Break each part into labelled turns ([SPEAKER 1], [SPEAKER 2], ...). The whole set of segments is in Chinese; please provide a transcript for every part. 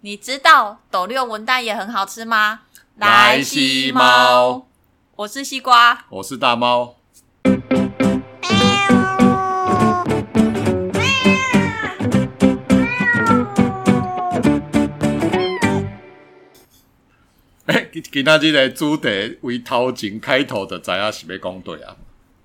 [SPEAKER 1] 你知道斗六文旦也很好吃吗？
[SPEAKER 2] 来西猫，
[SPEAKER 1] 我是西瓜。
[SPEAKER 2] 我是大猫。哎，今仔日的主题为头前开头就知影是要讲对啊。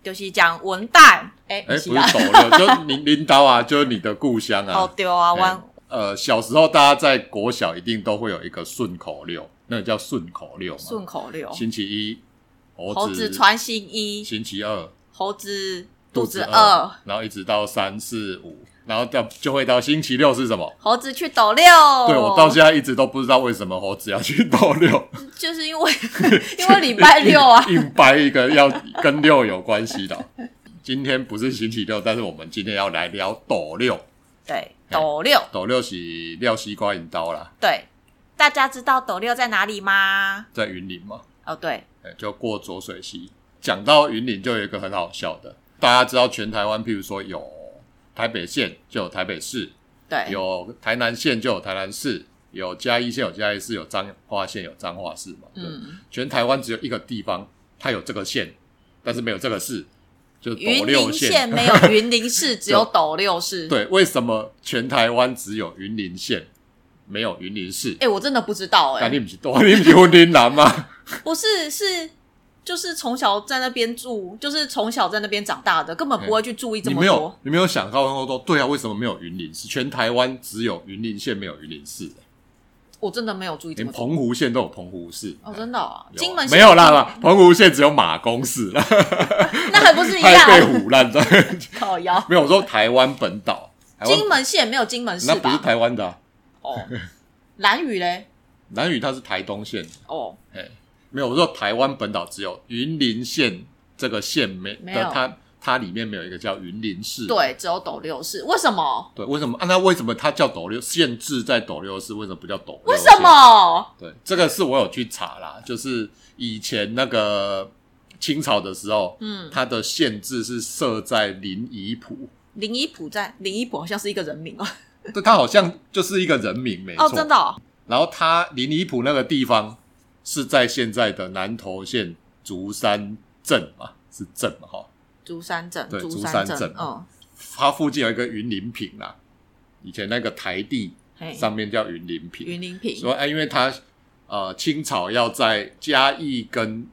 [SPEAKER 1] 就是讲文旦，哎、
[SPEAKER 2] 哎、
[SPEAKER 1] 不
[SPEAKER 2] 不
[SPEAKER 1] 啦
[SPEAKER 2] 是 斗六，就你 领导啊，就是你的故乡啊。
[SPEAKER 1] 好丢啊！
[SPEAKER 2] 哎
[SPEAKER 1] 弯
[SPEAKER 2] 呃，小时候大家在国小一定都会有一个顺口溜，那个叫顺口溜嘛。
[SPEAKER 1] 顺口溜，
[SPEAKER 2] 星期一猴子
[SPEAKER 1] 猴子穿新衣，
[SPEAKER 2] 星期二
[SPEAKER 1] 猴子
[SPEAKER 2] 肚
[SPEAKER 1] 肚
[SPEAKER 2] 子
[SPEAKER 1] 子
[SPEAKER 2] 饿
[SPEAKER 1] 饿，，
[SPEAKER 2] 然后一直到三四五，然后到就会到星期六是什么？
[SPEAKER 1] 猴子去斗六。
[SPEAKER 2] 对我到现在一直都不知道为什么猴子要去斗六，，
[SPEAKER 1] 就是因为因为礼拜六啊
[SPEAKER 2] 硬掰一个要跟六有关系的。今天不是星期六，但是我们今天要来聊斗六。
[SPEAKER 1] 对，斗六，
[SPEAKER 2] 斗六是廖西瓜引刀啦，
[SPEAKER 1] 对，大家知道斗六在哪里吗？
[SPEAKER 2] 在云林嘛，
[SPEAKER 1] 哦，对，
[SPEAKER 2] 哎就过浊水溪。讲到云林，就有一个很好笑的，大家知道全台湾，譬如说有台北县就有台北市，
[SPEAKER 1] 对，
[SPEAKER 2] 有台南县就有台南市，有嘉义县有嘉义市，有彰化县有彰化市嘛。对，
[SPEAKER 1] 嗯，
[SPEAKER 2] 全台湾只有一个地方，它有这个县，但是没有这个市，就是斗
[SPEAKER 1] 云
[SPEAKER 2] 六
[SPEAKER 1] 林县没有云林 市，只有斗六市。，
[SPEAKER 2] 对，为什么全台湾只有云林县，没有云林市？
[SPEAKER 1] 哎，我真的不知道
[SPEAKER 2] 那
[SPEAKER 1] 哎
[SPEAKER 2] 你，不是多，你不是云林 南吗？
[SPEAKER 1] 不是是。就是从小在那边住，就是从小在那边长大的，根本不会去注意这
[SPEAKER 2] 你
[SPEAKER 1] 么
[SPEAKER 2] 没有
[SPEAKER 1] 多。，
[SPEAKER 2] 你没有想到说，对啊，为什么没有云林市？全台湾只有云林县没有云林市，
[SPEAKER 1] 我真的没有注意这
[SPEAKER 2] 连
[SPEAKER 1] 么多。
[SPEAKER 2] 澎湖县都有澎湖市。
[SPEAKER 1] 哦，真的啊，
[SPEAKER 2] 有
[SPEAKER 1] 金门
[SPEAKER 2] 没
[SPEAKER 1] 县
[SPEAKER 2] 有啦，啦，澎湖县只有马公市啦。
[SPEAKER 1] 那还不是一
[SPEAKER 2] 还被
[SPEAKER 1] 样？啊
[SPEAKER 2] 腐 烂的。
[SPEAKER 1] 靠腰，
[SPEAKER 2] 没有，我说台湾本岛，台湾
[SPEAKER 1] 金门县没有金门市
[SPEAKER 2] 哎那不是
[SPEAKER 1] 吧？
[SPEAKER 2] 台湾的、啊，
[SPEAKER 1] 哦，蓝屿嘞？
[SPEAKER 2] 南屿它是台东县。
[SPEAKER 1] 哦，
[SPEAKER 2] 哎，没有，我说台湾本岛只有云林县这个县没
[SPEAKER 1] 没
[SPEAKER 2] 的
[SPEAKER 1] 有
[SPEAKER 2] 它它里面没有一个叫云林市。
[SPEAKER 1] 对，只有斗六市，为什么？
[SPEAKER 2] 对，为什么？啊、那为什么它叫斗六？县治在斗六市，为什么不叫斗六？
[SPEAKER 1] 为什？么？
[SPEAKER 2] 对，这个是我有去查啦，就是以前那个清朝的时候，
[SPEAKER 1] 嗯，
[SPEAKER 2] 它的县治是设在临沂浦，
[SPEAKER 1] 林依普在林依普好像是一个人名哦。
[SPEAKER 2] 这它好像就是一个人名，没错。
[SPEAKER 1] 哦，真的哦，
[SPEAKER 2] 然后它离尼浦那个地方是在现在的南投县竹山镇嘛，是镇嘛哈。
[SPEAKER 1] 竹山镇，
[SPEAKER 2] 对
[SPEAKER 1] 竹
[SPEAKER 2] 竹
[SPEAKER 1] 山
[SPEAKER 2] 山
[SPEAKER 1] 镇
[SPEAKER 2] 镇，
[SPEAKER 1] 嗯，
[SPEAKER 2] 它附近有一个云林坪啦，以前那个台地
[SPEAKER 1] 嘿，
[SPEAKER 2] 上面叫云林坪，
[SPEAKER 1] 云林平
[SPEAKER 2] 所以哎，因为它呃清朝要在嘉义跟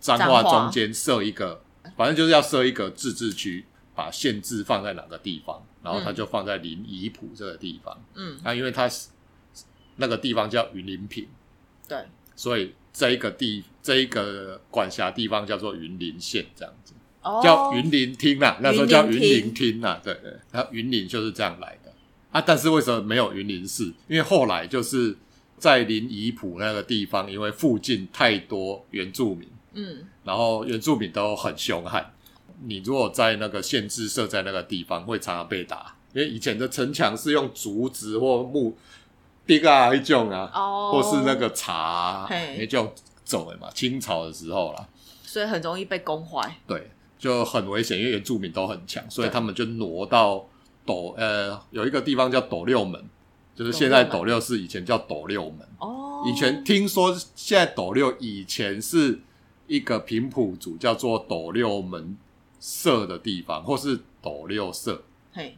[SPEAKER 2] 彰化
[SPEAKER 1] 彰化
[SPEAKER 2] 中间设一个，反正就是要设一个自治区，把县治放在哪个地方，然后它
[SPEAKER 1] 嗯
[SPEAKER 2] 就放在临沂浦这个地方。
[SPEAKER 1] 嗯，
[SPEAKER 2] 那、因为它是那个地方叫云林坪，
[SPEAKER 1] 对，
[SPEAKER 2] 所以这一个地这一个管辖地方叫做云林县，这样子
[SPEAKER 1] 哦，
[SPEAKER 2] 叫云林厅啦，那时候叫云
[SPEAKER 1] 云林
[SPEAKER 2] 林厅啦，对对，那云林就是这样来的啊。但是为什么没有云林市？因为后来就是在临沂浦那个地方，因为附近太多原住民，
[SPEAKER 1] 嗯，
[SPEAKER 2] 然后原住民都很凶悍。你如果在那个县治设在那个地方，会常常被打，因为以前的城墙是用竹子或木钉啊一种啊，
[SPEAKER 1] 哦，
[SPEAKER 2] 或是那，个茶，
[SPEAKER 1] 嘿
[SPEAKER 2] 也就走了嘛。清朝的时候啦，
[SPEAKER 1] 所以很容易被攻坏，
[SPEAKER 2] 对，就很危险，因为原住民都很强，所以
[SPEAKER 1] 对
[SPEAKER 2] 他们就挪到斗呃，有一个地方叫斗六门，就是现在
[SPEAKER 1] 斗
[SPEAKER 2] 斗六市，以前叫斗六门。
[SPEAKER 1] 哦，
[SPEAKER 2] 以前听说现在斗六以前是一个平埔族叫做斗六门社的地方，或是斗六社，
[SPEAKER 1] 嘿，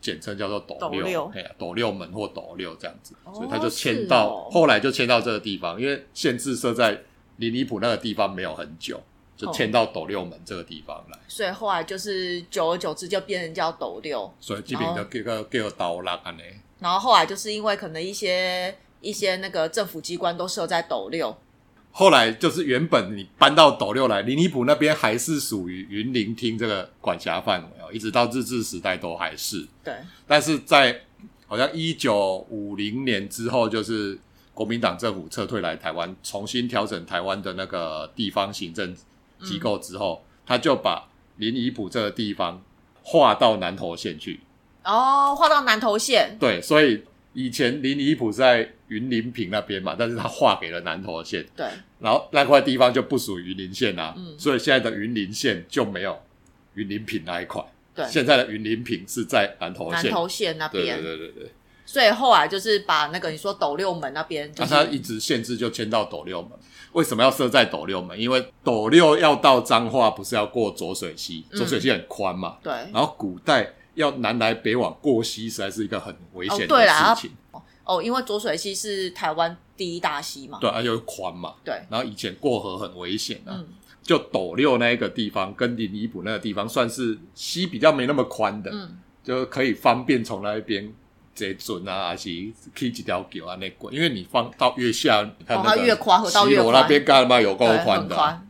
[SPEAKER 2] 简称叫做斗
[SPEAKER 1] 斗
[SPEAKER 2] 六，
[SPEAKER 1] 六
[SPEAKER 2] 哎呀，斗六门或斗六这样子，
[SPEAKER 1] 哦
[SPEAKER 2] 所以他就迁
[SPEAKER 1] 是
[SPEAKER 2] 到、
[SPEAKER 1] 哦
[SPEAKER 2] 后来就迁到这个地方，因为县治设在离离浦那个地方没有很久，就
[SPEAKER 1] 哦
[SPEAKER 2] 迁到斗六门这个地方来，
[SPEAKER 1] 所以后来就是久而久之就变成叫斗六，
[SPEAKER 2] 所以基本就
[SPEAKER 1] 哦
[SPEAKER 2] 叫个叫刀浪安尼，
[SPEAKER 1] 然后后来就是因为可能一些一些那个政府机关都设在斗六，
[SPEAKER 2] 后来就是原本你搬到斗六来，离离浦那边还是属于云林厅这个管辖范围哦，一直到日治时代都还是，
[SPEAKER 1] 对，
[SPEAKER 2] 但是在好像一九五零年之后，就是国民党政府撤退来台湾，重新调整台湾的那个地方行政机构之后，他就把临沂浦这个地方划到南投县去。
[SPEAKER 1] 哦，划到南投县，
[SPEAKER 2] 对，所以以前临沂浦是在云林平那边嘛，但是他划给了南投县，
[SPEAKER 1] 对，
[SPEAKER 2] 然后那块地方就不属于云林县啦、
[SPEAKER 1] 嗯
[SPEAKER 2] 所以现在的云林县就没有云林平那一块。
[SPEAKER 1] 对
[SPEAKER 2] 现在的云林平是在南投
[SPEAKER 1] 南
[SPEAKER 2] 哦县。
[SPEAKER 1] 投县那
[SPEAKER 2] 对
[SPEAKER 1] 边，
[SPEAKER 2] 对对对对。
[SPEAKER 1] 所以后来就是把那个你说斗六门那边，就
[SPEAKER 2] 那
[SPEAKER 1] 是、
[SPEAKER 2] 啊他一直限制就迁到斗六门，为什么要设在斗六门？因为斗六要到彰化，不是要过浊水溪，
[SPEAKER 1] 嗯
[SPEAKER 2] 浊水溪很宽嘛。
[SPEAKER 1] 对
[SPEAKER 2] 然后古代要南来北往过溪，实在是一个很危险
[SPEAKER 1] 哦对
[SPEAKER 2] 的
[SPEAKER 1] 啦
[SPEAKER 2] 事情。
[SPEAKER 1] 哦，因为浊水溪是台湾第一大溪嘛，
[SPEAKER 2] 对，而又宽嘛。
[SPEAKER 1] 对，
[SPEAKER 2] 然后以前过河很危险啊，
[SPEAKER 1] 嗯
[SPEAKER 2] 就斗六那一个地方跟林尼浦那个地方算是溪比较没那么宽的，
[SPEAKER 1] 嗯，
[SPEAKER 2] 就可以方便从那边直接准啊，还是去几条桥啊那过。因为你放到越下，你看
[SPEAKER 1] 哦
[SPEAKER 2] 那
[SPEAKER 1] 它
[SPEAKER 2] 个
[SPEAKER 1] 越宽河道
[SPEAKER 2] 西
[SPEAKER 1] 越
[SPEAKER 2] 螺
[SPEAKER 1] 宽
[SPEAKER 2] 那边干嘛有够
[SPEAKER 1] 对，
[SPEAKER 2] 宽
[SPEAKER 1] 很
[SPEAKER 2] 的啊、
[SPEAKER 1] 宽，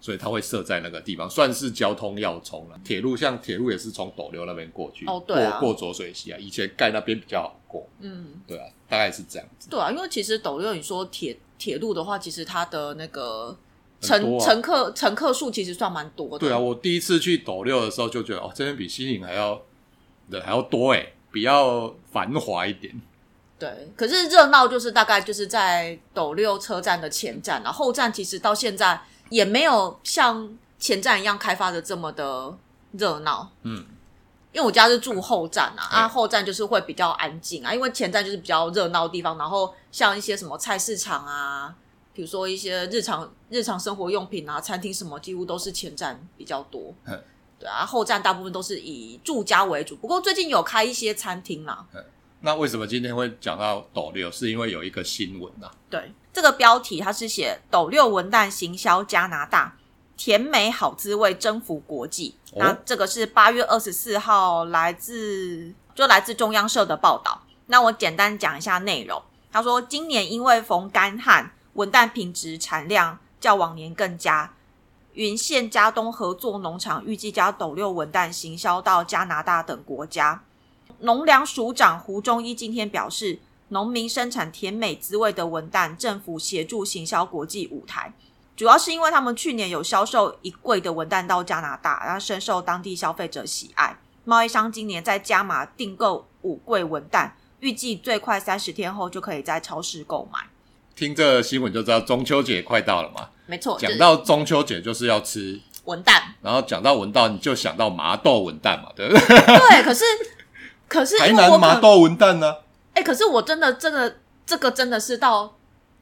[SPEAKER 2] 所以它会设在那个地方，算是交通要冲了。铁路像铁路也是从斗六那边过去，
[SPEAKER 1] 哦对啊
[SPEAKER 2] 过过浊水溪啊，以前盖那边比较好过，
[SPEAKER 1] 嗯，
[SPEAKER 2] 对啊，大概是这样子。
[SPEAKER 1] 对啊，因为其实斗六你说铁铁路的话，其实它的那个
[SPEAKER 2] 很
[SPEAKER 1] 乘、
[SPEAKER 2] 多啊
[SPEAKER 1] 乘客乘客数其实算蛮多的，
[SPEAKER 2] 对啊，我第一次去斗六的时候就觉得，哦，这边比西宁还要人还要多哎、比较繁华一点。
[SPEAKER 1] 对，可是热闹就是大概就是在斗六车站的前站啊，后站其实到现在也没有像前站一样开发的这么的热闹。
[SPEAKER 2] 嗯，
[SPEAKER 1] 因为我家是住后站啊，
[SPEAKER 2] 哎
[SPEAKER 1] 啊后站就是会比较安静啊，因为前站就是比较热闹的地方，然后像一些什么菜市场啊，比如说一些日常日常生活用品啊、餐厅什么，几乎都是前站比较多
[SPEAKER 2] 嗯。
[SPEAKER 1] 对啊，后站大部分都是以住家为主，不过最近有开一些餐厅啦、
[SPEAKER 2] 那为什么今天会讲到斗六？是因为有一个新闻啊，
[SPEAKER 1] 对，这个标题它是写“斗六文旦行销加拿大，甜美好滋味征服国际”
[SPEAKER 2] 哦
[SPEAKER 1] 那这个是八月二十四号来自就来自中央社的报道。那我简单讲一下内容。他说，今年因为逢干旱，文旦品质产量较往年更佳。云县加东合作农场预计将斗六文旦行销到加拿大等国家。农粮署长胡忠一今天表示，农民生产甜美滋味的文旦，政府协助行销国际舞台，主要是因为他们去年有销售一柜的文旦到加拿大，然后深受当地消费者喜爱。贸易商今年在加码订购五柜文旦，预计最快三十天后就可以在超市购买。
[SPEAKER 2] 听这个新闻就知道中秋节快到了嘛。
[SPEAKER 1] 没错，
[SPEAKER 2] 讲到中秋节就是要吃，
[SPEAKER 1] 文 旦，
[SPEAKER 2] 然后讲到文旦，你就想到麻豆文旦嘛，对不对？
[SPEAKER 1] 对，可是可是
[SPEAKER 2] 台
[SPEAKER 1] 因哎为我
[SPEAKER 2] 南麻
[SPEAKER 1] 可
[SPEAKER 2] 豆文旦啊呢、
[SPEAKER 1] 哎、可是我真的这个这个真的是到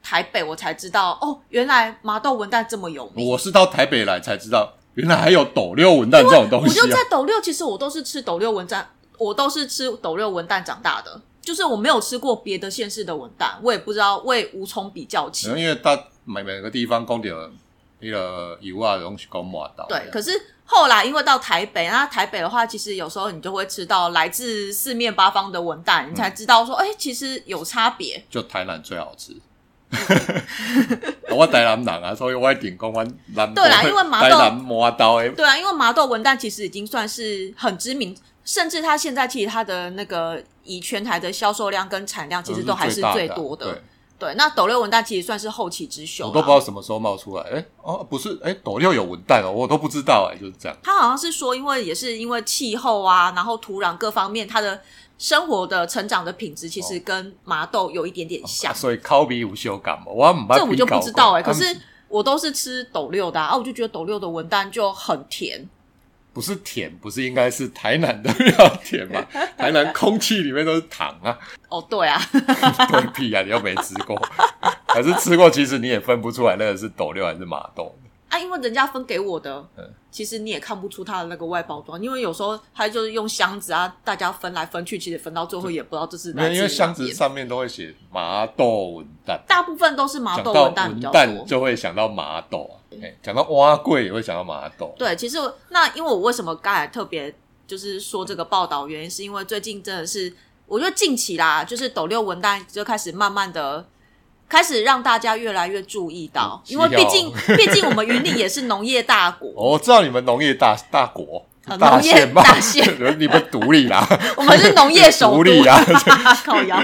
[SPEAKER 1] 台北我才知道哦，原来麻豆文旦这么有名。
[SPEAKER 2] 我是到台北来才知道，原来还有斗六文旦这种东
[SPEAKER 1] 我
[SPEAKER 2] 西、
[SPEAKER 1] 就
[SPEAKER 2] 啊
[SPEAKER 1] 在。斗六，其实我都是吃斗六文旦，我都是吃斗六文旦长大的，就是我没有吃过别的县市的文旦，我也不知道，我也无从比较起。
[SPEAKER 2] 然后因为大每每个地方供点那个油啊，东西供麻豆。
[SPEAKER 1] 对，可是后来因为到台北，那台北的话，其实有时候你就会吃到来自四面八方的文旦，你才知道说，哎、其实有差别。
[SPEAKER 2] 就台南最好吃。 我台南人啊，所以我一定讲阮南部
[SPEAKER 1] 对啦因为麻豆
[SPEAKER 2] 台南麻豆的
[SPEAKER 1] 对啊，因为麻豆文旦其实已经算是很知名，甚至它现在其实它的那个以全台的销售量跟产量，其实都还是
[SPEAKER 2] 大
[SPEAKER 1] 最
[SPEAKER 2] 的啊
[SPEAKER 1] 多的。
[SPEAKER 2] 对
[SPEAKER 1] 对，那斗六文旦其实算是后起之秀、啊，
[SPEAKER 2] 我都不知道什么时候冒出来。哎、哦，不是，哎、斗六有文旦哦，我都不知道、哎，就是这样。
[SPEAKER 1] 他好像是说，因为也是因为气候啊，然后土壤各方面，他的生活的成长的品质其
[SPEAKER 2] 哦
[SPEAKER 1] 实跟麻豆有一点点像。
[SPEAKER 2] 啊所以烤比有修感嘛，哦我唔捌
[SPEAKER 1] 这我就
[SPEAKER 2] 比烤
[SPEAKER 1] 不
[SPEAKER 2] 过
[SPEAKER 1] 知道哎、
[SPEAKER 2] 啊
[SPEAKER 1] 可是我都是吃斗六的啊，啊我就觉得斗六的文旦就很甜。
[SPEAKER 2] 不是甜，不是应该是台南的要 甜嘛？台南空气里面都是糖啊，
[SPEAKER 1] 哦，对啊，
[SPEAKER 2] 对屁啊，你又没吃过， 还是吃过，其实你也分不出来那个是斗六还是马豆。
[SPEAKER 1] 啊，因为人家分给我的
[SPEAKER 2] 嗯，
[SPEAKER 1] 其实你也看不出它的那个外包装，因为有时候它就是用箱子啊，大家分来分去，其实分到最后也不知道这是
[SPEAKER 2] 没有，
[SPEAKER 1] 来自于
[SPEAKER 2] 因为箱子
[SPEAKER 1] 哪边
[SPEAKER 2] 上面都会写麻豆文旦，
[SPEAKER 1] 大部分都是麻
[SPEAKER 2] 讲
[SPEAKER 1] 豆
[SPEAKER 2] 到
[SPEAKER 1] 文
[SPEAKER 2] 文
[SPEAKER 1] 旦比较
[SPEAKER 2] 旦
[SPEAKER 1] 多。嗯
[SPEAKER 2] 就会想到麻豆啊，哎讲到蛙桂也会想到麻豆。，
[SPEAKER 1] 对，其实我那因为我为什么刚才特别就是说这个报道，原因是因为最近真的是，我觉得近期啦，就是斗六文旦就开始慢慢的开始让大家越来越注意到，
[SPEAKER 2] 嗯
[SPEAKER 1] 因为
[SPEAKER 2] 需
[SPEAKER 1] 毕
[SPEAKER 2] 要哦
[SPEAKER 1] 竟毕竟我们云林也是农业大国，
[SPEAKER 2] 我知道你们农业大大国
[SPEAKER 1] 啊。
[SPEAKER 2] 大
[SPEAKER 1] 农业
[SPEAKER 2] 县嘛，
[SPEAKER 1] 大县
[SPEAKER 2] 你们独立 啦，
[SPEAKER 1] 我们是农业首
[SPEAKER 2] 独
[SPEAKER 1] 都
[SPEAKER 2] 立，啊，
[SPEAKER 1] 靠腰。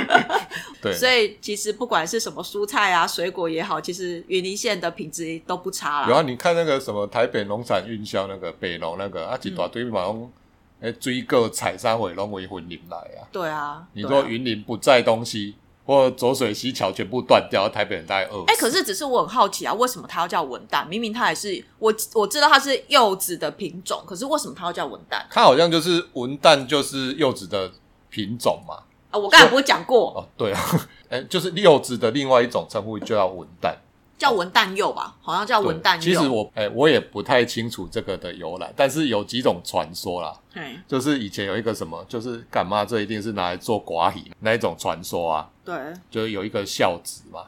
[SPEAKER 2] 对，
[SPEAKER 1] 所以其实不管是什么蔬菜啊、水果也好，其实云林县的品质都不差
[SPEAKER 2] 有
[SPEAKER 1] 啦。
[SPEAKER 2] 啊，你看那个什么台北农产运销那个北农那个，啊，一大堆嘛拢诶水果采山回拢为云林来啊。
[SPEAKER 1] 对啊，
[SPEAKER 2] 你
[SPEAKER 1] 对
[SPEAKER 2] 说
[SPEAKER 1] 啊
[SPEAKER 2] 云林不在东西，或浊水溪桥全部断掉，台北人大概饿。
[SPEAKER 1] 哎、可是只是我很好奇啊，为什么它要叫文旦？明明它也是我我知道它是柚子的品种，可是为什么它要叫文旦？
[SPEAKER 2] 它好像就是文旦，就是柚子的品种嘛。
[SPEAKER 1] 啊，我刚才不是讲过
[SPEAKER 2] 哦，对啊， 哎，就是柚子的另外一种称呼就叫文旦。
[SPEAKER 1] 叫文旦柚吧？好像叫
[SPEAKER 2] 对
[SPEAKER 1] 啊文旦柚。
[SPEAKER 2] 其实我哎、我也不太清楚这个的由来，但是有几种传说啦，
[SPEAKER 1] 嘿，
[SPEAKER 2] 就是以前有一个什么，就是干妈这一定是拿来做寡喜那一种传说啊，
[SPEAKER 1] 对，
[SPEAKER 2] 就是有一个孝子嘛，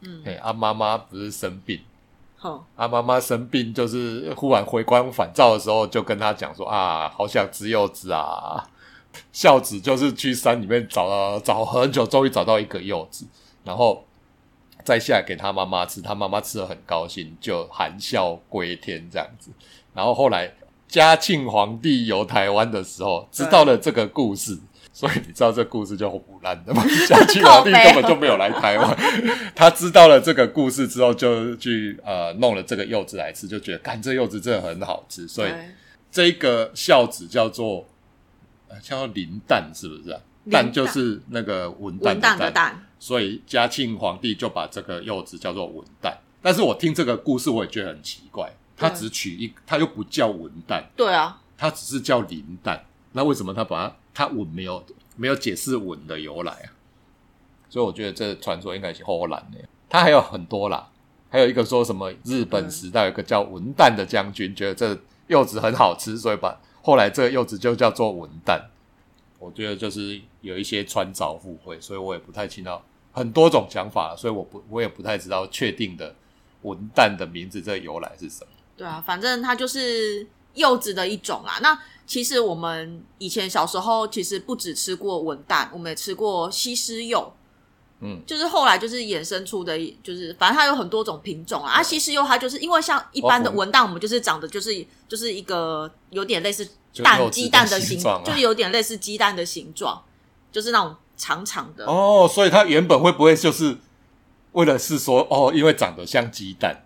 [SPEAKER 1] 嗯，
[SPEAKER 2] 哎、啊妈妈不是生病，
[SPEAKER 1] 好，
[SPEAKER 2] 啊妈妈生病就是忽然回光返照的时候，就跟他讲说啊，好想吃柚子啊。孝子就是去山里面找了找很久，终于找到一个柚子，然后摘下来给他妈妈吃，他妈妈吃的很高兴，就含笑归天这样子。然后后来嘉庆皇帝游台湾的时候，知道了这个故事，所以你知道这故事就胡烂 的嘛。嘉庆皇帝根本就没有来台湾， 他知道了这个故事之后，就去呃弄了这个柚子来吃，就觉得干这柚子真的很好吃，所以
[SPEAKER 1] 对
[SPEAKER 2] 这个孝子叫做呃叫做林旦，是不是啊？
[SPEAKER 1] 林
[SPEAKER 2] 旦
[SPEAKER 1] 旦
[SPEAKER 2] 就是那个文旦
[SPEAKER 1] 文
[SPEAKER 2] 的
[SPEAKER 1] 旦
[SPEAKER 2] 旦
[SPEAKER 1] 的，蛋，
[SPEAKER 2] 所以嘉庆皇帝就把这个柚子叫做文旦。但是我听这个故事，我也觉得很奇怪，他
[SPEAKER 1] 对
[SPEAKER 2] 只取一，他又不叫文旦，
[SPEAKER 1] 对啊，
[SPEAKER 2] 他只是叫林旦。那为什么他把它他文没有没有解释文的由来啊？所以我觉得这传说应该是后来的。他还有很多啦，还有一个说什么日本时代有一个叫文旦的将军，觉得这柚子很好吃，所以把后来这个柚子就叫做文旦。我觉得就是有一些穿凿附会，所以我也不太清到很多种讲法，所以我不我也不太知道确定的文旦的名字这个由来是什么。
[SPEAKER 1] 对啊，反正它就是柚子的一种啦。那其实我们以前小时候其实不只吃过文旦，我们也吃过西施柚，
[SPEAKER 2] 嗯，
[SPEAKER 1] 就是后来就是衍生出的，就是反正它有很多种品种啊。啊，西施柚它就是因为像一般的
[SPEAKER 2] 哦
[SPEAKER 1] 文旦，我们就是长得就是就是一个有点类似
[SPEAKER 2] 就柚
[SPEAKER 1] 蛋
[SPEAKER 2] 子的
[SPEAKER 1] 鸡蛋的
[SPEAKER 2] 形
[SPEAKER 1] 形，
[SPEAKER 2] 状啊
[SPEAKER 1] 就是有点类似鸡蛋的形状，就是那种长长的。
[SPEAKER 2] 哦，所以它原本会不会就是为了是说哦，因为长得像鸡蛋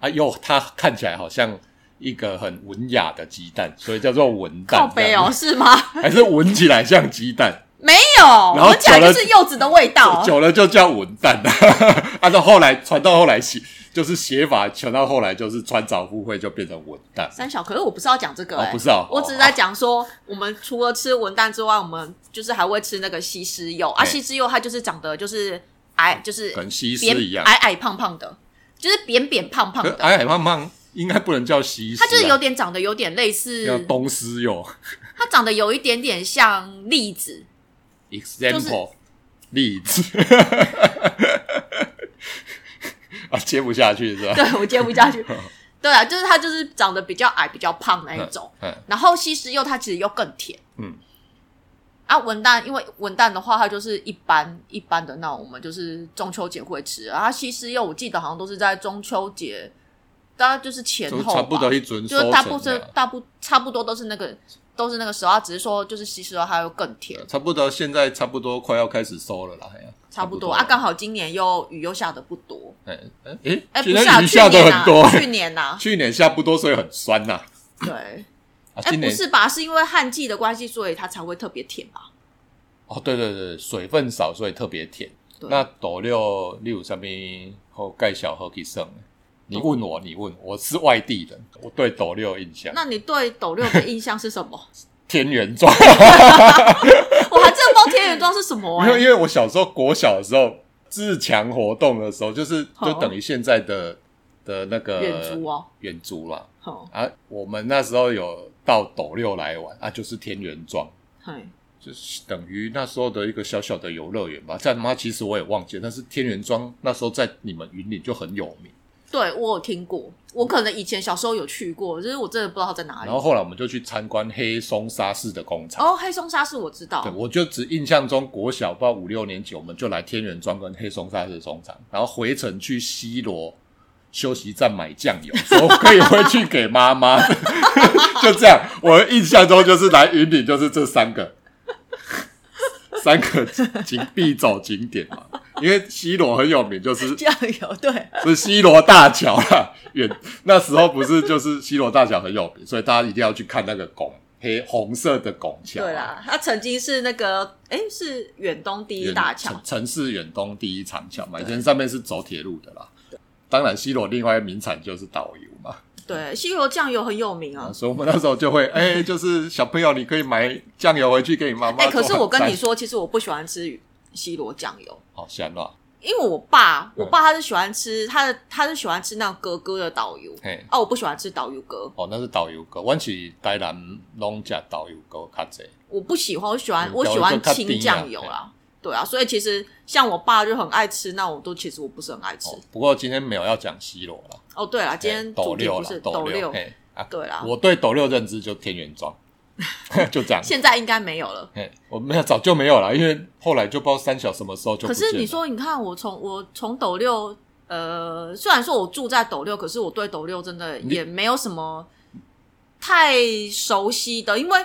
[SPEAKER 2] 啊，又它看起来好像一个很文雅的鸡蛋，所以叫做文
[SPEAKER 1] 靠
[SPEAKER 2] 蛋。
[SPEAKER 1] 背哦，，是吗？
[SPEAKER 2] 还是闻起来像 鸡蛋，
[SPEAKER 1] 没有，
[SPEAKER 2] 然后
[SPEAKER 1] 我讲
[SPEAKER 2] 久
[SPEAKER 1] 就
[SPEAKER 2] 了
[SPEAKER 1] 是柚子的味道。哦
[SPEAKER 2] 久了就叫文蛋 按照后来传到后来写，就是写法传到后来就是穿凿附会，就变成文蛋。
[SPEAKER 1] 三小，可是我不是要讲这个、
[SPEAKER 2] 哦
[SPEAKER 1] 欸，
[SPEAKER 2] 不是哦
[SPEAKER 1] 我只是在讲说，我们除了吃文旦之外，我们就是还会吃那个西施柚啊。
[SPEAKER 2] 对
[SPEAKER 1] 西施柚它就是长得就是矮，就是
[SPEAKER 2] 跟西施
[SPEAKER 1] 扁
[SPEAKER 2] 一样
[SPEAKER 1] 矮矮胖胖的，就是扁扁胖胖
[SPEAKER 2] 可哎
[SPEAKER 1] 的。
[SPEAKER 2] 矮矮胖胖应该不能叫西施啊、
[SPEAKER 1] 它就是有点长得有点类似，
[SPEAKER 2] 叫东施哟。
[SPEAKER 1] 它长得有一点点像栗子，
[SPEAKER 2] example 例子 啊，接不下去是吧？
[SPEAKER 1] 对我接不 下去。对啊，就是它就是长得比较矮、比较胖那一种。
[SPEAKER 2] 嗯，
[SPEAKER 1] 然后西施柚它其实又更甜，
[SPEAKER 2] 嗯
[SPEAKER 1] 啊，文旦，因为文旦的话，它就是一般一般的那种，我们就是中秋节会吃啊。西施柚我记得好像都是在中秋节，大概就是前
[SPEAKER 2] 嗯就是
[SPEAKER 1] 后
[SPEAKER 2] 差
[SPEAKER 1] 吧，
[SPEAKER 2] 不多一准
[SPEAKER 1] 就
[SPEAKER 2] 收
[SPEAKER 1] 是大部
[SPEAKER 2] 成啊
[SPEAKER 1] 分
[SPEAKER 2] 了，
[SPEAKER 1] 大部差不多都是那个都是那个时候，啊只是说就是西施柚它又更甜，
[SPEAKER 2] 差不多现在差不多快要开始收了啦，哎呀
[SPEAKER 1] 差不多啊。刚好今年又雨又下的不多，
[SPEAKER 2] 哎哎哎，
[SPEAKER 1] 哎、
[SPEAKER 2] 今
[SPEAKER 1] 不是啊，
[SPEAKER 2] 年雨
[SPEAKER 1] 去
[SPEAKER 2] 下的
[SPEAKER 1] 年
[SPEAKER 2] 很多哎
[SPEAKER 1] 啊，，去年呐、
[SPEAKER 2] 去年下不多，所以很酸呐。
[SPEAKER 1] 对，
[SPEAKER 2] 啊，
[SPEAKER 1] 哎、
[SPEAKER 2] 今
[SPEAKER 1] 不
[SPEAKER 2] 年
[SPEAKER 1] 是吧？是因为旱季的关系，所以它才会特别甜吧？
[SPEAKER 2] 哦，对对对，水分少，所以特别甜。
[SPEAKER 1] 对
[SPEAKER 2] 那斗六六上面后盖小喝给剩，你问我，你问我是外地人，我对斗六印象
[SPEAKER 1] 那你对斗六的印象是什么？
[SPEAKER 2] 天元庄。
[SPEAKER 1] 我还真的不知道天元庄是什么、
[SPEAKER 2] 因为
[SPEAKER 1] 欸。
[SPEAKER 2] 因为我小时候国小的时候自强活动的时候，就是
[SPEAKER 1] 好
[SPEAKER 2] 就等于现在的的那个
[SPEAKER 1] 哦远足哦，
[SPEAKER 2] 远足啦
[SPEAKER 1] 好，
[SPEAKER 2] 啊，我们那时候有到斗六来玩啊，就是天元庄，
[SPEAKER 1] 嘿，
[SPEAKER 2] 就是等于那时候的一个小小的游乐园吧。在妈其实我也忘记了，但是天元庄那时候在你们云林就很有名，
[SPEAKER 1] 对我有听过，我可能以前小时候有去过，就是我真的不知道在哪里
[SPEAKER 2] 然后。后来我们就去参观黑松沙市的工厂。
[SPEAKER 1] 哦，黑松沙是我知道
[SPEAKER 2] 对，，我就只印象中国小不知道五六年级，我们就来天元庄跟黑松沙市工厂，然后回程去西罗休息站买酱 油，说可以回去给妈妈， 就这样。我的印象中就是来云顶就是这三个， 三个景必走景点嘛，因为西罗很有名，就是
[SPEAKER 1] 酱油对，
[SPEAKER 2] 是西罗大桥啦，远那时候不是就是西罗大桥很有名，所以大家一定要去看那个拱黑红色的拱桥啊、
[SPEAKER 1] 对啦，它曾经是那个，哎，是远东第一
[SPEAKER 2] 远
[SPEAKER 1] 大桥
[SPEAKER 2] 城，城市远东第一长桥嘛，以前上面是走铁路的啦。当然，西罗另外一个名产就是导游嘛，
[SPEAKER 1] 对，西游酱油很有名啊
[SPEAKER 2] 啊，。所以我们那时候就会， 哎、就是小朋友，你可以买酱油回去给你妈妈。
[SPEAKER 1] 哎、可是我跟你，说，其实我不喜欢吃西罗酱油，
[SPEAKER 2] 好香啊！
[SPEAKER 1] 因为我爸，
[SPEAKER 2] 嗯
[SPEAKER 1] 我爸他是喜欢吃他的，他是喜欢吃那种哥哥的导游。
[SPEAKER 2] 嘿，
[SPEAKER 1] 啊，我不喜欢吃导游哥，
[SPEAKER 2] 哦，那是导游哥，我是台南拢食导游哥较济。
[SPEAKER 1] 我不喜欢，我喜欢
[SPEAKER 2] 嗯
[SPEAKER 1] 我喜欢
[SPEAKER 2] 导游哥
[SPEAKER 1] 清酱油
[SPEAKER 2] 较甜
[SPEAKER 1] 啦。对啊，所以其实像我爸就很爱吃，那我都其实我不是很爱吃。
[SPEAKER 2] 哦，不过今天没有要讲西罗了，
[SPEAKER 1] 哦，对了，今
[SPEAKER 2] 嘿
[SPEAKER 1] 天
[SPEAKER 2] 斗
[SPEAKER 1] 主题
[SPEAKER 2] 六
[SPEAKER 1] 不
[SPEAKER 2] 了
[SPEAKER 1] 是，
[SPEAKER 2] 斗
[SPEAKER 1] 斗六，
[SPEAKER 2] 嘿啊，
[SPEAKER 1] 对啦，
[SPEAKER 2] 我对斗六认知就天元庄， 就这样。
[SPEAKER 1] 现在应该没有了。
[SPEAKER 2] 嘿，我没有早就没有了，因为后来就不知道三小什么时候就
[SPEAKER 1] 可
[SPEAKER 2] 不见了。
[SPEAKER 1] 是你说，你看我从我从斗六，呃，虽然说我住在斗六，可是我对斗六真的
[SPEAKER 2] 你
[SPEAKER 1] 也没有什么太熟悉的，因为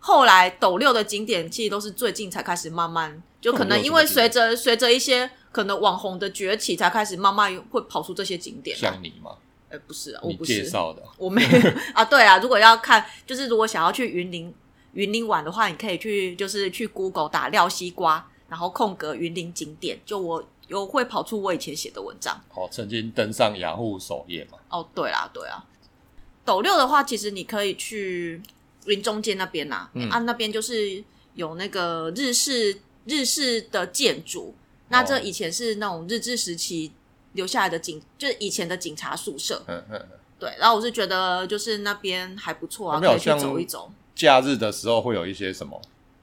[SPEAKER 1] 后来斗六的景点其实都是最近才开始慢慢，就可
[SPEAKER 2] 斗
[SPEAKER 1] 能
[SPEAKER 2] 六
[SPEAKER 1] 因为
[SPEAKER 2] 什么
[SPEAKER 1] 随
[SPEAKER 2] 景
[SPEAKER 1] 着随着一些可能网红的崛起，才开始慢慢会跑出这些景点来。
[SPEAKER 2] 像你嘛，
[SPEAKER 1] 哎，不是啊，我
[SPEAKER 2] 你
[SPEAKER 1] 不
[SPEAKER 2] 介
[SPEAKER 1] 是，
[SPEAKER 2] 绍的，
[SPEAKER 1] 我没有啊，对啊，如果要看，就是如果想要去云林云林玩的话，你可以去就是去 Google 打廖西瓜，然后空格云林景点，就我有会跑出我以前写的文章。
[SPEAKER 2] 哦，曾经登上雅虎首页嘛。
[SPEAKER 1] 哦，对啦，对啊，斗六的话，其实你可以去云中街那边呐、
[SPEAKER 2] 嗯
[SPEAKER 1] 啊，那边就是有那个日式日式的建筑，那这
[SPEAKER 2] 哦
[SPEAKER 1] 以前是那种日治时期留下来的警，就是以前的警察宿舍，
[SPEAKER 2] 嗯嗯，嗯
[SPEAKER 1] 对，然后我是觉得就是那边还不错啊，
[SPEAKER 2] 那
[SPEAKER 1] 可
[SPEAKER 2] 边好
[SPEAKER 1] 以去
[SPEAKER 2] 像
[SPEAKER 1] 走一走。
[SPEAKER 2] 假日的时候会有一些什么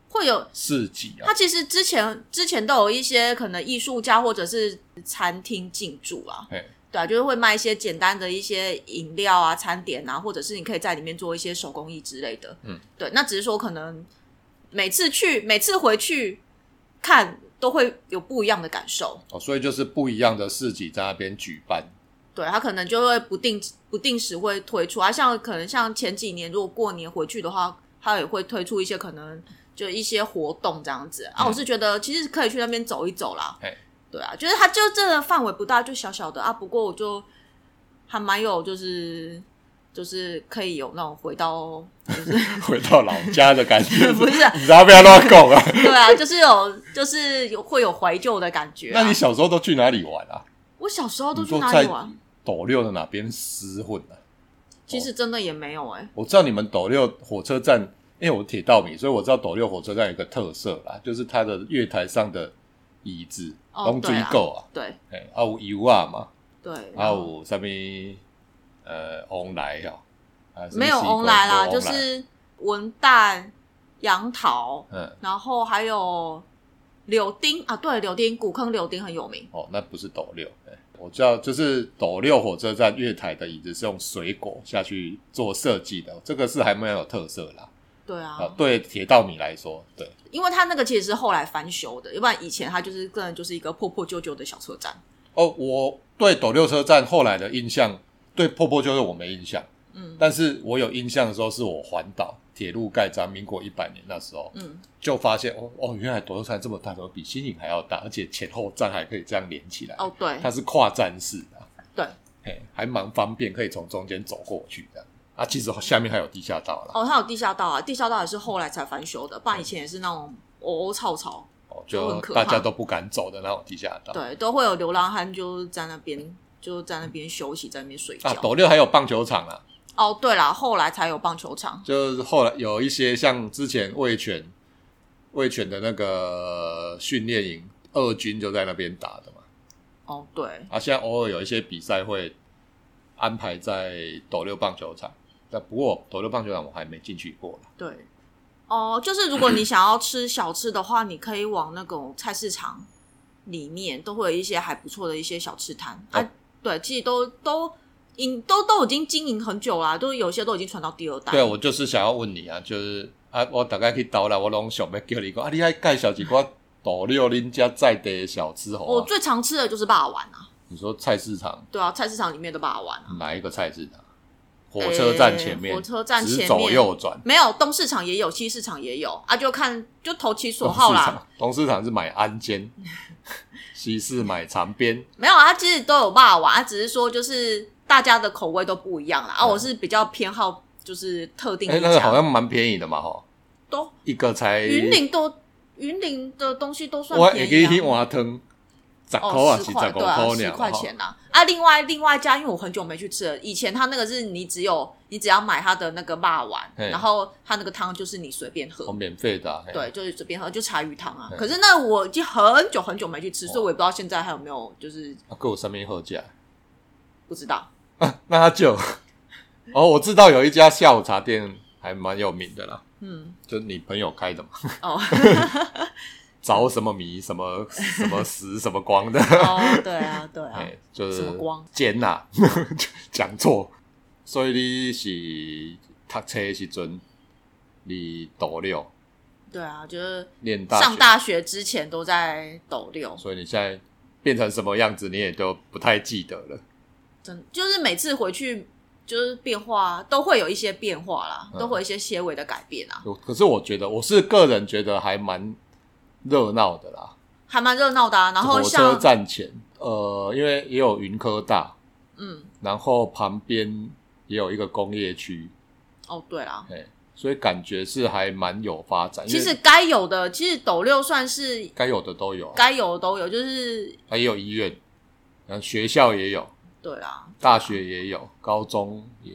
[SPEAKER 1] 会有
[SPEAKER 2] 市集啊
[SPEAKER 1] 它？其实之前之前都有一些可能艺术家或者是餐厅进驻啊，
[SPEAKER 2] 嘿，
[SPEAKER 1] 对啊，就是会卖一些简单的一些饮料啊、餐点啊，或者是你可以在里面做一些手工艺之类的。
[SPEAKER 2] 嗯，
[SPEAKER 1] 对，那只是说可能每次去每次回去看都会有不一样的感受。
[SPEAKER 2] 哦，所以就是不一样的市集在那边举办。
[SPEAKER 1] 对，它可能就会不定不定时会推出啊，像可能像前几年，如果过年回去的话，它也会推出一些可能就一些活动这样子啊。
[SPEAKER 2] 嗯
[SPEAKER 1] 我是觉得其实可以去那边走一走啦
[SPEAKER 2] 嘿。
[SPEAKER 1] 对啊，就是它就真的范围不大，就小小的啊。不过我就还蛮有就是就是可以有那种回到
[SPEAKER 2] 回到老家的感觉，
[SPEAKER 1] 不是啊
[SPEAKER 2] 你知道不要乱讲啊？
[SPEAKER 1] 对啊，就是有就是有会有怀旧的感觉、啊。
[SPEAKER 2] 那你小时候都去哪里玩啊？
[SPEAKER 1] 我小时候都
[SPEAKER 2] 你
[SPEAKER 1] 去
[SPEAKER 2] 哦说
[SPEAKER 1] 哪
[SPEAKER 2] 在
[SPEAKER 1] 里玩？
[SPEAKER 2] 斗六的哪边厮混啊？
[SPEAKER 1] 其实真的也没有哎、
[SPEAKER 2] 我知道你们斗六火车站，因为我铁道迷，所以我知道斗六火车站有一个特色啦，就是它的月台上的椅子
[SPEAKER 1] 哦
[SPEAKER 2] 拢水果啊，
[SPEAKER 1] 对
[SPEAKER 2] 哎，啊有油啊嘛，
[SPEAKER 1] 对，
[SPEAKER 2] 啊
[SPEAKER 1] 然后
[SPEAKER 2] 有啥物呃翁来哦，啊
[SPEAKER 1] 没有翁来啦，就。
[SPEAKER 2] 什么西瓜没有翁
[SPEAKER 1] 是文旦、杨桃，
[SPEAKER 2] 嗯，
[SPEAKER 1] 然后还有柳丁啊，对，柳丁古坑柳丁很有名。
[SPEAKER 2] 哦，那不是斗六，哎我知道，就是斗六火车站月台的椅子是用水果下去做设计的，这个是还蛮有特色啦。
[SPEAKER 1] 对啊，
[SPEAKER 2] 啊，对铁道迷来说，对，
[SPEAKER 1] 因为它那个其实是后来翻修的，要不然以前它就是个人就是一个破破旧旧的小车站。
[SPEAKER 2] 哦，我对斗六车站后来的印象，对破破旧旧我没印象，
[SPEAKER 1] 嗯
[SPEAKER 2] 但是我有印象的时候是我环岛铁路盖章，民国一百年那时候
[SPEAKER 1] 嗯，
[SPEAKER 2] 就发现，哦哦，原来斗六车站这么大，怎么比新营还要大，而且前后站还可以这样连起来，
[SPEAKER 1] 哦对
[SPEAKER 2] 它是跨站式的、啊，
[SPEAKER 1] 对，
[SPEAKER 2] 嘿，还蛮方便，可以从中间走过去的。啊，其实下面还有地下道啦，
[SPEAKER 1] 哦，它有地下道啊，地下道也是后来才翻修的，不然以前也是那种凹凹槽槽，
[SPEAKER 2] 哦，
[SPEAKER 1] 都
[SPEAKER 2] 就
[SPEAKER 1] 很可怕
[SPEAKER 2] 大家都不敢走的那种地下道。
[SPEAKER 1] 对，都会有流浪汉就在那边就在那边休息，在那边睡觉
[SPEAKER 2] 啊，。斗六还有棒球场啦，
[SPEAKER 1] 哦，对啦，后来才有棒球场。
[SPEAKER 2] 就是后来有一些像之前卫权卫权的那个训练营，二军就在那边打的嘛。
[SPEAKER 1] 哦，对，
[SPEAKER 2] 啊，现在偶尔有一些比赛会安排在斗六棒球场，但不过斗六棒球场我还没进去过啦
[SPEAKER 1] 对，哦，就是如果你想要吃小吃的话，你可以往那种菜市场里面，都会有一些还不错的一些小吃摊、啊
[SPEAKER 2] 哦。
[SPEAKER 1] 对，其实都都经都都已经经营很久啦、都有些都已经传到第二代。
[SPEAKER 2] 对，哦我就是想要问你啊，就是啊，我大概去斗啦，我拢想要叫你讲啊，你爱介绍一寡斗六恁家在地的小吃好
[SPEAKER 1] 我
[SPEAKER 2] 啊？
[SPEAKER 1] 最常吃的就是霸丸啊，
[SPEAKER 2] 你说菜市场
[SPEAKER 1] 对啊，菜市场里面的霸丸啊，
[SPEAKER 2] 哪一个菜市场？火车站前面，
[SPEAKER 1] 呃火车站前面
[SPEAKER 2] 直走右转。
[SPEAKER 1] 没有东市场也有，西市场也有啊，就看就投其
[SPEAKER 2] 哦
[SPEAKER 1] 所好啦。
[SPEAKER 2] 董事长。董事长是买鞍 肩，西市买长鞭。
[SPEAKER 1] 没有啊，它其实都有霸王，它只是说就是大家的口味都不一样啦。啊，
[SPEAKER 2] 嗯
[SPEAKER 1] 我是比较偏好就是特定
[SPEAKER 2] 哎、
[SPEAKER 1] 一家，
[SPEAKER 2] 那个好像蛮便宜的嘛，哈，
[SPEAKER 1] 都
[SPEAKER 2] 一个才。
[SPEAKER 1] 云林都云林的东西都算
[SPEAKER 2] 我也可以
[SPEAKER 1] 便宜、
[SPEAKER 2] 去
[SPEAKER 1] 啊。
[SPEAKER 2] 换汤，十块
[SPEAKER 1] 哦，
[SPEAKER 2] 啊，
[SPEAKER 1] 十
[SPEAKER 2] 是
[SPEAKER 1] 块
[SPEAKER 2] 十
[SPEAKER 1] 对
[SPEAKER 2] 五
[SPEAKER 1] 啊，
[SPEAKER 2] 块
[SPEAKER 1] 十
[SPEAKER 2] 呢，
[SPEAKER 1] 块钱啦、啊。另外另外一家，因为我很久没去吃了，以前他那个是你只有你只要买他的那个霸丸，
[SPEAKER 2] 嘿
[SPEAKER 1] 然后他那个汤就是你随便喝，
[SPEAKER 2] 哦，免费的啊，嘿
[SPEAKER 1] 对，就是随便喝，就茶鱼汤啊。
[SPEAKER 2] 对
[SPEAKER 1] 可是那我已经很久很久没去吃，所以我也不知道现在还有没有，就是
[SPEAKER 2] 啊，够有生命后价。
[SPEAKER 1] 不知道。
[SPEAKER 2] 那他就， 哦，我知道有一家下午茶店还蛮有名的啦，
[SPEAKER 1] 嗯，
[SPEAKER 2] 就是你朋友开的嘛，
[SPEAKER 1] 哦
[SPEAKER 2] 着什么迷 什么什么石什么光的，
[SPEAKER 1] 哦，对啊，对啊
[SPEAKER 2] 哎、，就是
[SPEAKER 1] 什么光
[SPEAKER 2] 尖呐、 讲错。所以你是读册的时阵，你斗六
[SPEAKER 1] 对啊，就是
[SPEAKER 2] 念大学，
[SPEAKER 1] 上大学之前都在抖六，
[SPEAKER 2] 所以你现在变成什么样子，你也都不太记得了。
[SPEAKER 1] 真就是每次回去就是变化都会有一些变化啦，
[SPEAKER 2] 嗯
[SPEAKER 1] 都会有一些些微的改变啊，
[SPEAKER 2] 可是我觉得，我是个人觉得还蛮热闹的啦。
[SPEAKER 1] 还蛮热闹的啊。然后
[SPEAKER 2] 火车
[SPEAKER 1] 像
[SPEAKER 2] 站前，呃，因为也有云科大，
[SPEAKER 1] 嗯，
[SPEAKER 2] 然后旁边也有一个工业区，
[SPEAKER 1] 哦，对啦，
[SPEAKER 2] 哎、所以感觉是还蛮有发展。因
[SPEAKER 1] 其
[SPEAKER 2] 为
[SPEAKER 1] 实该有的，其实抖六算是
[SPEAKER 2] 该有的都有啊，
[SPEAKER 1] 该有的都有，就是
[SPEAKER 2] 还有医院，然后学校也有，
[SPEAKER 1] 对啦，
[SPEAKER 2] 大学也有，高中也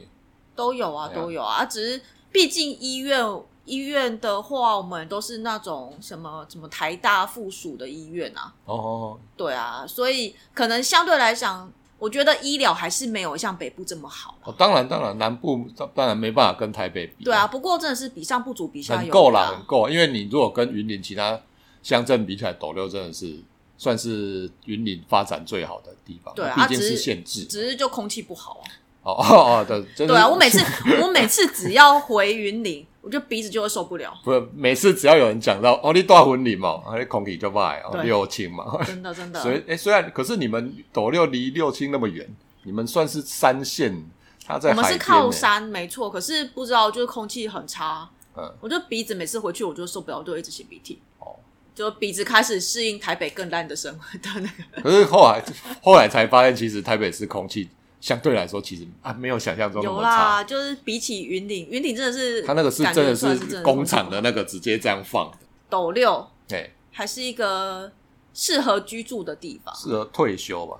[SPEAKER 1] 都有啊，
[SPEAKER 2] 对啊
[SPEAKER 1] 都有啊，啊只是毕竟医院。医院的话，我们都是那种什么什么台大附属的医院啊，
[SPEAKER 2] 哦，
[SPEAKER 1] 对啊，所以可能相对来讲，我觉得医疗还是没有像北部这么好啦
[SPEAKER 2] 哦当然当然，南部当然没办法跟台北比，
[SPEAKER 1] 对啊，，不过真的是比上不足，比下有
[SPEAKER 2] 嗯很
[SPEAKER 1] 余
[SPEAKER 2] 够啦，
[SPEAKER 1] 啦
[SPEAKER 2] 很。够啊，因为你如果跟云林其他乡镇比起来，斗六真的是算是云林发展最好的地方，
[SPEAKER 1] 对啊，
[SPEAKER 2] 毕
[SPEAKER 1] 啊
[SPEAKER 2] 竟
[SPEAKER 1] 只
[SPEAKER 2] 是县治，
[SPEAKER 1] 只是就空气不好啊。
[SPEAKER 2] 哦 哦哦，对，真的
[SPEAKER 1] 对啊，我 每次我每次只要回云林，我就鼻子就会受不了，
[SPEAKER 2] 不每次只要有人讲到哦，你大婚礼嘛，啊，你空气就卖哦，
[SPEAKER 1] 对
[SPEAKER 2] 六轻嘛，
[SPEAKER 1] 真的真的。
[SPEAKER 2] 所以哎、诶虽然可是你们斗六离六轻那么远，你们算是山县，它在
[SPEAKER 1] 我
[SPEAKER 2] 海
[SPEAKER 1] 们是
[SPEAKER 2] 边、
[SPEAKER 1] 靠，山没错，可是不知道就是空气很差，
[SPEAKER 2] 嗯，
[SPEAKER 1] 我就鼻子每次回去我就受不了，我就一直擤鼻涕。
[SPEAKER 2] 哦
[SPEAKER 1] 就鼻子开始适应台北更烂的生活的那个，
[SPEAKER 2] 可是后来后来才发现，其实台北市空气相对来说其实啊没有想象中那
[SPEAKER 1] 有
[SPEAKER 2] 么差，
[SPEAKER 1] 啦，就是比起云林，云林真的是
[SPEAKER 2] 它那个是
[SPEAKER 1] 感
[SPEAKER 2] 真
[SPEAKER 1] 觉
[SPEAKER 2] 的
[SPEAKER 1] 出来是
[SPEAKER 2] 是工厂的
[SPEAKER 1] 空气
[SPEAKER 2] 那个直接这样放
[SPEAKER 1] 不
[SPEAKER 2] 的，
[SPEAKER 1] 好斗六，
[SPEAKER 2] 哎、
[SPEAKER 1] 还是一个适合居住的地方。
[SPEAKER 2] 哦适合退休吧，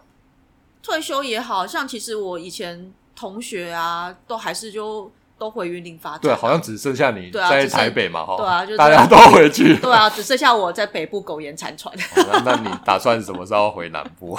[SPEAKER 1] 退休也好像其实我以前同学啊，都还是就都回云林发展啊。
[SPEAKER 2] 对，好像只剩下你
[SPEAKER 1] 对啊
[SPEAKER 2] 在
[SPEAKER 1] 只剩
[SPEAKER 2] 台北嘛，哈、
[SPEAKER 1] 对啊就
[SPEAKER 2] 大家都回去了，
[SPEAKER 1] 对啊，只剩下我在北部苟延残喘，
[SPEAKER 2] 哦那那你打算什么时候回南部？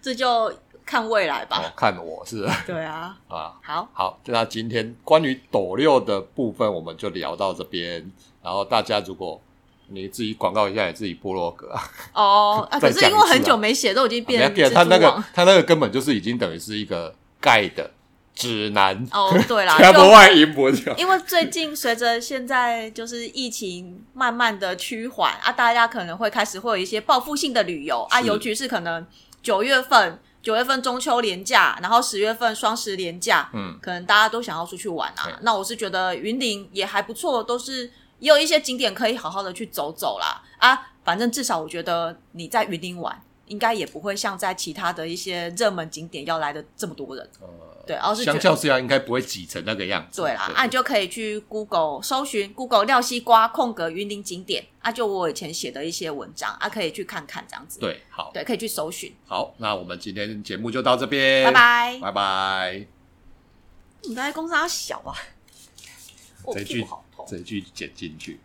[SPEAKER 1] 这就看未来吧。
[SPEAKER 2] 哦、看我是
[SPEAKER 1] 对啊，
[SPEAKER 2] 啊。
[SPEAKER 1] 好，
[SPEAKER 2] 好，那今天关于斗六的部分我们就聊到这边。然后大家如果你自己广告一下你自己部落格啊，
[SPEAKER 1] 哦，啊，
[SPEAKER 2] 再
[SPEAKER 1] 可是
[SPEAKER 2] 讲
[SPEAKER 1] 因为
[SPEAKER 2] 一次
[SPEAKER 1] 很
[SPEAKER 2] 啊
[SPEAKER 1] 久没写，都已经
[SPEAKER 2] 你要
[SPEAKER 1] 变
[SPEAKER 2] 给
[SPEAKER 1] 蜘
[SPEAKER 2] 他那
[SPEAKER 1] 蛛
[SPEAKER 2] 个
[SPEAKER 1] 网。
[SPEAKER 2] 他那个根本就是已经等于是一个盖的指南，
[SPEAKER 1] 哦，对啦，
[SPEAKER 2] 全部
[SPEAKER 1] 就
[SPEAKER 2] 外英文了。
[SPEAKER 1] 因为最近随着现在就是疫情慢慢的趋缓啊，大家可能会开始会有一些报复性的旅游啊，
[SPEAKER 2] 是
[SPEAKER 1] 尤其是可能九月份。九月份中秋连假，然后十月份双十连假，
[SPEAKER 2] 嗯，
[SPEAKER 1] 可能大家都想要出去玩啊
[SPEAKER 2] 对。
[SPEAKER 1] 那我是觉得云林也还不错，都是也有一些景点可以好好的去走走啦。啊，反正至少我觉得你在云林玩，应该也不会像在其他的一些热门景点要来的这么多人。
[SPEAKER 2] 呃
[SPEAKER 1] 对，然后哦是觉
[SPEAKER 2] 相
[SPEAKER 1] 得
[SPEAKER 2] 较之下应该不会挤成那个样子。
[SPEAKER 1] 对啦，啊，你就可以去 Google 搜寻 Google 廖西瓜空格云林景点，啊，就我以前写的一些文章，啊，可以去看看这样子。
[SPEAKER 2] 对，好
[SPEAKER 1] 对，可以去搜寻。
[SPEAKER 2] 好，那我们今天节目就到这边，
[SPEAKER 1] 拜，拜。
[SPEAKER 2] 拜拜。
[SPEAKER 1] 你在公司好小啊，我
[SPEAKER 2] 这一
[SPEAKER 1] 屁
[SPEAKER 2] 句
[SPEAKER 1] 股好痛。
[SPEAKER 2] 这一句剪进去。